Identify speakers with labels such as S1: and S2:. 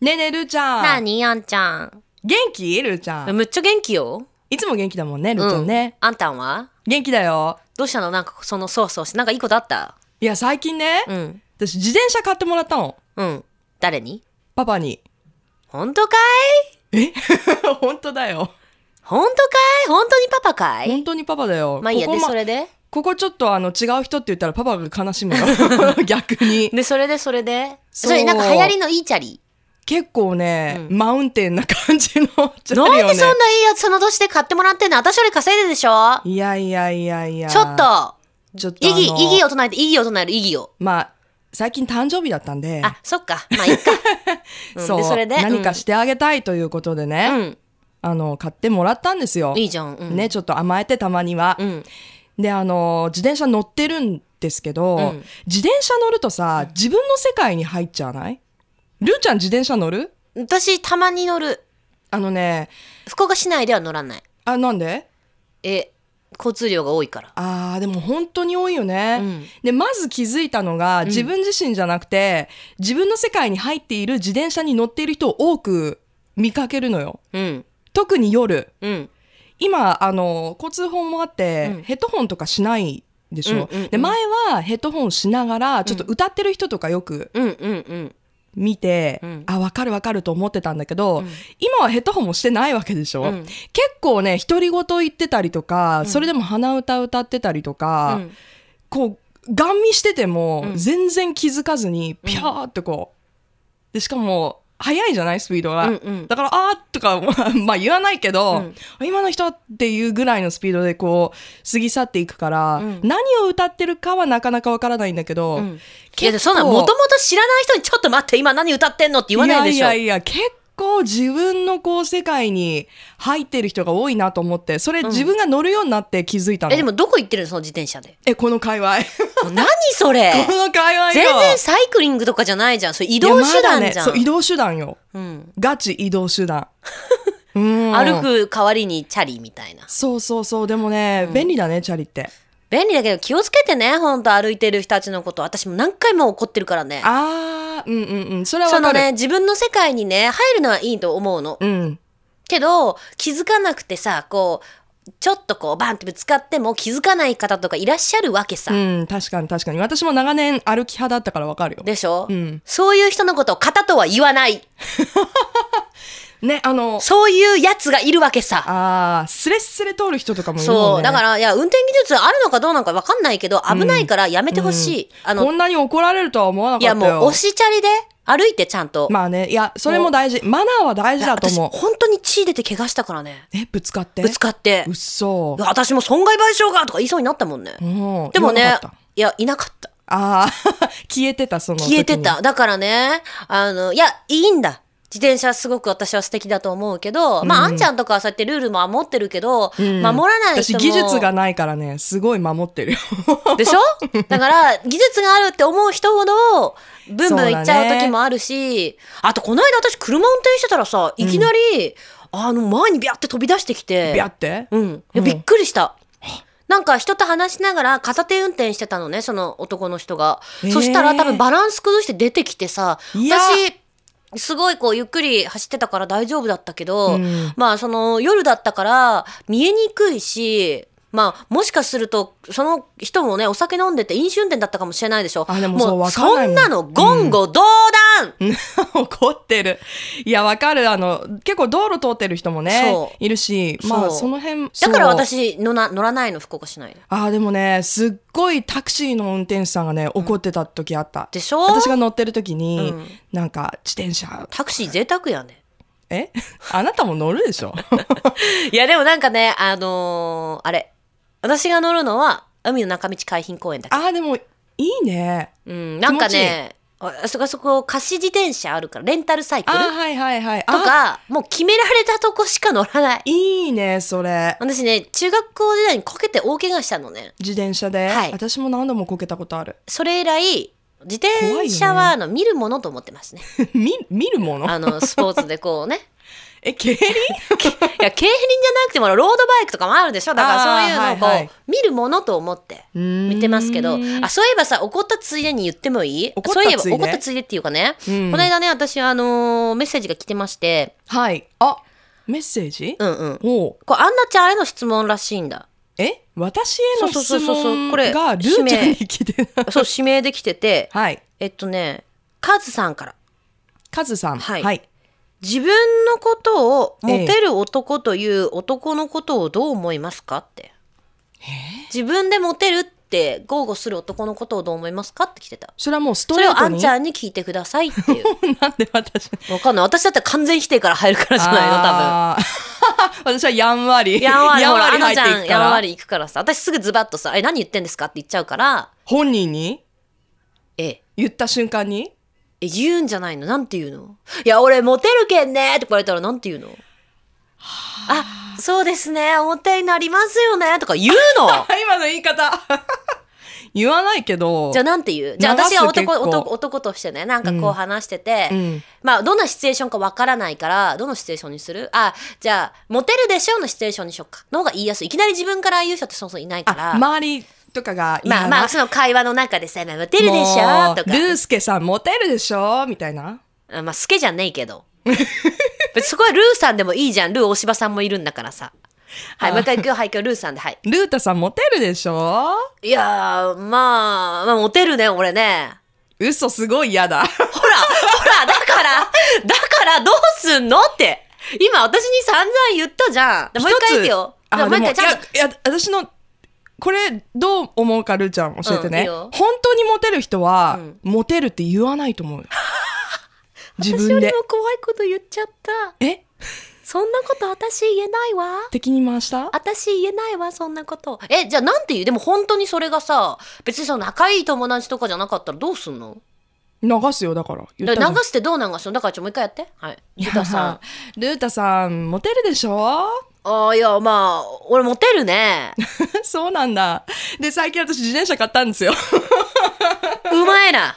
S1: ねえねえるーちゃ
S2: なんにあんちゃん。
S1: 元気るーちゃん
S2: むっちゃ元気よ。
S1: いつも元気だもんねるーちゃんね、
S2: あんたんは
S1: 元気だよ
S2: どうしたのなんかそのそうそうし、なんかいいことあった
S1: いや最近ね、
S2: うん。
S1: 私自転車買ってもらったの
S2: うん。誰に
S1: パパ に
S2: 本当かい
S1: 本当だよ
S2: 本当かい本当にパパかい
S1: 本当にパパだよ
S2: まあいいや、
S1: ここ
S2: で、
S1: ま
S2: それで
S1: ここちょっとあの違う人って言ったらパパが悲しむよ 逆に
S2: で、それで、それで
S1: そ
S2: そうれ、なんか流行りのいいチャリ。
S1: 結構ね、
S2: うん
S1: マウンテンな感じのチャ
S2: なん
S1: リをね
S2: でそんないいやつその年で買ってもらってんの私より稼いでるでしょ
S1: いやいやいやいや
S2: ちょっと、
S1: ちょっと
S2: 意義、
S1: あの
S2: 意義を唱えて、意義を唱える意義を。
S1: まあ最近誕生日だったんで
S2: あ、そっか。まあい いか。うん
S1: そう
S2: で、それで。
S1: 何か
S2: し
S1: してあげたいということでね、
S2: うん。
S1: あの買ってもらったんですよ。
S2: いいじゃん。うん
S1: ね、。ちょっと甘えてたまには。
S2: うん。
S1: であの自転車乗ってるんですけど、
S2: うん
S1: 自転車乗るとさ自分の世界に入っちゃわないルーちゃん自転車乗る
S2: 私、たまに乗る。
S1: あのね
S2: 福岡市内では乗らない。
S1: あなんで
S2: え交通量が多いから、
S1: あーでも本当に多いよね。
S2: うん
S1: でまず気づいたのが自分自身じゃなくて、自分の世界に入っている自転車に乗っている人を多く見かけるのよ。
S2: うん
S1: 特に夜
S2: うん
S1: 今あの交通法もあって、
S2: うん
S1: ヘッドホンとかしないでしょ、
S2: うんうんうん
S1: で前はヘッドホンしながらちょっと歌ってる人とかよく
S2: うんうんうん
S1: 見て、
S2: うん
S1: あ分かる分かると思ってたんだけど、
S2: うん
S1: 今はヘッドホンもしてないわけでしょ、
S2: うん
S1: 結構ね独り言言ってたりとか、それでも鼻歌歌ってたりとか、
S2: うん
S1: こうガン見してても、
S2: うん
S1: 全然気づかずにピャーってこうでしかも速いじゃないスピードが、
S2: うんうん
S1: だから「あー」とかまあ言わないけど、
S2: うん
S1: 今の人っていうぐらいのスピードでこう過ぎ去っていくから、
S2: うん
S1: 何を歌ってるかはなかなかわからないんだけど、
S2: うん
S1: 構
S2: いやでもそんなもともと知らない人に「ちょっと待って今何歌ってんの?」って言わないでしょ
S1: やいやいや結構自分のこう世界に入ってる人が多いなと思ってそれ
S2: ん
S1: 自分が乗るようになって気づいたの、
S2: えでもどこ行ってるのその自転車 で
S1: えこの界隈
S2: もう何それ
S1: この界隈よ
S2: 全然サイクリングとかじゃないじゃんそれ移
S1: いや
S2: 動手
S1: ま
S2: 段
S1: だね
S2: じゃん、
S1: そう移動手段よ
S2: うん、
S1: ガチ移動手 段うん
S2: 歩く代わりにチャリみたいな
S1: そうそうそうでもね、便利だねチャリって
S2: 便利だけど気をつけてねほんと歩いてる人たちのこと私も何回も怒ってるからね
S1: あーうんうんうんそれは
S2: そ
S1: わか
S2: の
S1: る、
S2: ね自分の世界にね入るのはいいと思うの
S1: うん
S2: けど気づかなくてさこうちょっとこうバンってぶつかっても気づかない方とかいらっしゃるわけさ、
S1: うん確かに確かに私も長年歩き派だったからわかるよ
S2: でしょ、
S1: ん
S2: そういう人のことを型とは言わない
S1: ねあの
S2: そういうやつがいるわけさ
S1: あースレスレ通る人とかもいるもんね
S2: そうだからいや運転技術あるのかどうなのか分かんないけど危ないからやめてほしい、あの
S1: こんなに怒られるとは思わなかっ
S2: い
S1: たよ
S2: やもう押しチャリで歩いてちゃんと、
S1: まあねいやそれも大事マナーは大事だと
S2: 私
S1: 思
S2: 本
S1: う
S2: 当に血出て怪我したからね
S1: えぶつかって
S2: ぶつかって
S1: うっそ
S2: いや私も損害賠償がとか言いそうになったもんね、
S1: うん
S2: でも
S1: 言わ
S2: ね
S1: なかった
S2: いやいなかった
S1: あー 消えてたその時に
S2: 消えてただからねあのいやいいんだ自転車すごく私は素敵だと思うけど、まああんちゃんとかはそうやってルールも守ってるけど、
S1: うん
S2: 守らない人
S1: 私
S2: も
S1: 技術がないからねすごい守ってるよ
S2: でしょ だから技術があるって思う人ほどブンブン行っちゃう時もあるし、あとこの間私車運転してたらさいきなり、あの前にビャって飛び出してきて
S1: ビャって
S2: うん、いや
S1: うん
S2: びっくりした。なんか人と話しながら片手運転してたのねその男の人が、
S1: へー
S2: そしたら多分バランス崩して出てきてさ
S1: いや
S2: 私すごいこうゆっくり走ってたから大丈夫だったけど、
S1: うん
S2: まあその夜だったから見えにくいし。まあ、もしかするとその人もねお酒飲んでて飲酒運転だったかもしれないでしょ
S1: あでもそうわかん
S2: そ
S1: ないも
S2: ん
S1: ん
S2: なの言語道断、
S1: 怒ってるいやわかるあの結構道路通ってる人もね
S2: そう
S1: いるしまあ
S2: そう
S1: その辺
S2: だから
S1: そう
S2: 私乗ら乗らないの福岡市内で
S1: ああでもねすっごいタクシーの運転手さんがね怒ってた時あった、
S2: でしょ
S1: 私が乗ってる時に、
S2: うん
S1: なんか自転車
S2: タクシー贅沢やね
S1: え あなたも乗るでしょ
S2: いやでもなんかねあのーあれ私が乗るのは海の中道海浜公園だけ
S1: ああでもいいね
S2: うんなんかねあそこあそこ貸し自転車あるからレンタルサイク
S1: あ
S2: ル
S1: ーはいはいはい
S2: と
S1: あ
S2: かもう決められたとこしか乗らない
S1: いいねそれ
S2: 私ね中学校時代にこけて大怪我したのね
S1: 自転車で、
S2: はい
S1: 私も何度もこけたことある
S2: それ以来自転車はあの見るものと思ってますね
S1: 見見るもの
S2: あのスポーツでこうね
S1: え、競輪
S2: いや、競輪じゃなくても、ロードバイクとかもあるでしょだからそういうのをこ
S1: あ
S2: う、
S1: ーはいはい
S2: 見るものと思って見てますけど
S1: うー、ん
S2: あ、そういえばさ、怒ったついでに言ってもいい
S1: 怒った
S2: そういえば
S1: ついで
S2: 怒ったついでっていうかね、
S1: うん
S2: この間ね、私、あのーメッセージが来てまして、
S1: はい。あ、メッセージ、
S2: うんうん。
S1: おう
S2: これ、アンナちゃんへの質問らしいんだ。
S1: え私への
S2: そう
S1: 質
S2: そうそうそう
S1: 問
S2: これ
S1: がルーちゃんに来てない。
S2: そう、指名できて て、
S1: はい。
S2: えっとね、カズさんから。
S1: カズさん。
S2: はい
S1: はい。
S2: 自分のことをモテる男という男のことをどう思いますかって。自分でモテるって豪語する男のことをどう思いますかって来てた。
S1: それはもうスト
S2: それ
S1: レ
S2: を
S1: ー
S2: あ
S1: ト
S2: ん
S1: に。
S2: ちゃんに聞いてくださいっていう。
S1: なんで私
S2: わかんない。私だって完全否定から入るからじゃないの、多
S1: あー 私はやんわり。
S2: 分。やんわり、ほら、あ
S1: 入
S2: の
S1: っ
S2: ち
S1: てい
S2: ゃん、
S1: くか
S2: やんわ
S1: ら。
S2: り行くからさ。私すぐズバッとさ、え、何言ってんですかって言っちゃうから、
S1: 本人に
S2: ええ、
S1: 言った瞬間に
S2: え言うんじゃないのなんて言うのいや、俺モテるけんねって言われたらなんて言うのあ、そうですね、おモテになりますよねとか言うの
S1: 今の言い方 言わないけど。
S2: じゃあなんて言うじゃあ
S1: 流す
S2: 私は男
S1: 結構
S2: 男男としてね、なんかこう話してて、
S1: うん
S2: まあ、どんなシチュエーションかわからないから、どのシチュエーションにするあ、じゃあ、モテるでしょのシチュエーションにしよっか。の方が言いやすい。いきなり自分から言う人ってそもそもいないから。
S1: あ、周りとかが
S2: まあまあ、その会話の中でさ、まあモテるでしょと
S1: ルー
S2: か。
S1: スケさんモテるでしょみたいな。
S2: あまあ、好きじゃねえけど。別にそこはルーさんでもいいじゃん。ルー大柴さんもいるんだからさ。はい、もう一回行くよ。はい、今日ルーさんで。はい。
S1: ルータさんモテるでしょ
S2: いやー、まあ、まあ、モテるね、俺ね。
S1: 嘘すごい嫌だ。
S2: ほら、ほら、だから、だからどうすんのって。今、私に散々言ったじゃん。でもう一回言ってよ。
S1: 一つ
S2: でも
S1: あ、
S2: もう
S1: で
S2: 一
S1: も、い
S2: 回
S1: や、
S2: ちゃんと。
S1: いや、私の、これ、どう思うか、ルーちゃん教えて
S2: うんい
S1: ね。
S2: いよ
S1: 本当にモテる人は、
S2: うん
S1: モテるって言わないと思う。 自
S2: 私よ
S1: 分
S2: り
S1: で。
S2: も怖いこと言っちゃった。
S1: え
S2: そんなこと私言えないわ。
S1: 敵に回した
S2: 私言えないわ、そんなこと。え、じゃあなんて言うでも本当にそれがさ、別にその仲いい友達とかじゃなかったらどうすんの
S1: 流すよ、だから。言
S2: だ
S1: ったじゃ
S2: から
S1: ん
S2: 流すってどう流すのだからちょ、もう一回やって。 はい。ゆたさん。。
S1: ルータさん、モテるでしょ
S2: ああ、いや、まあ、俺モテるね。
S1: そうなんだ。で、最近私自転車買ったんですよ。
S2: うまいな。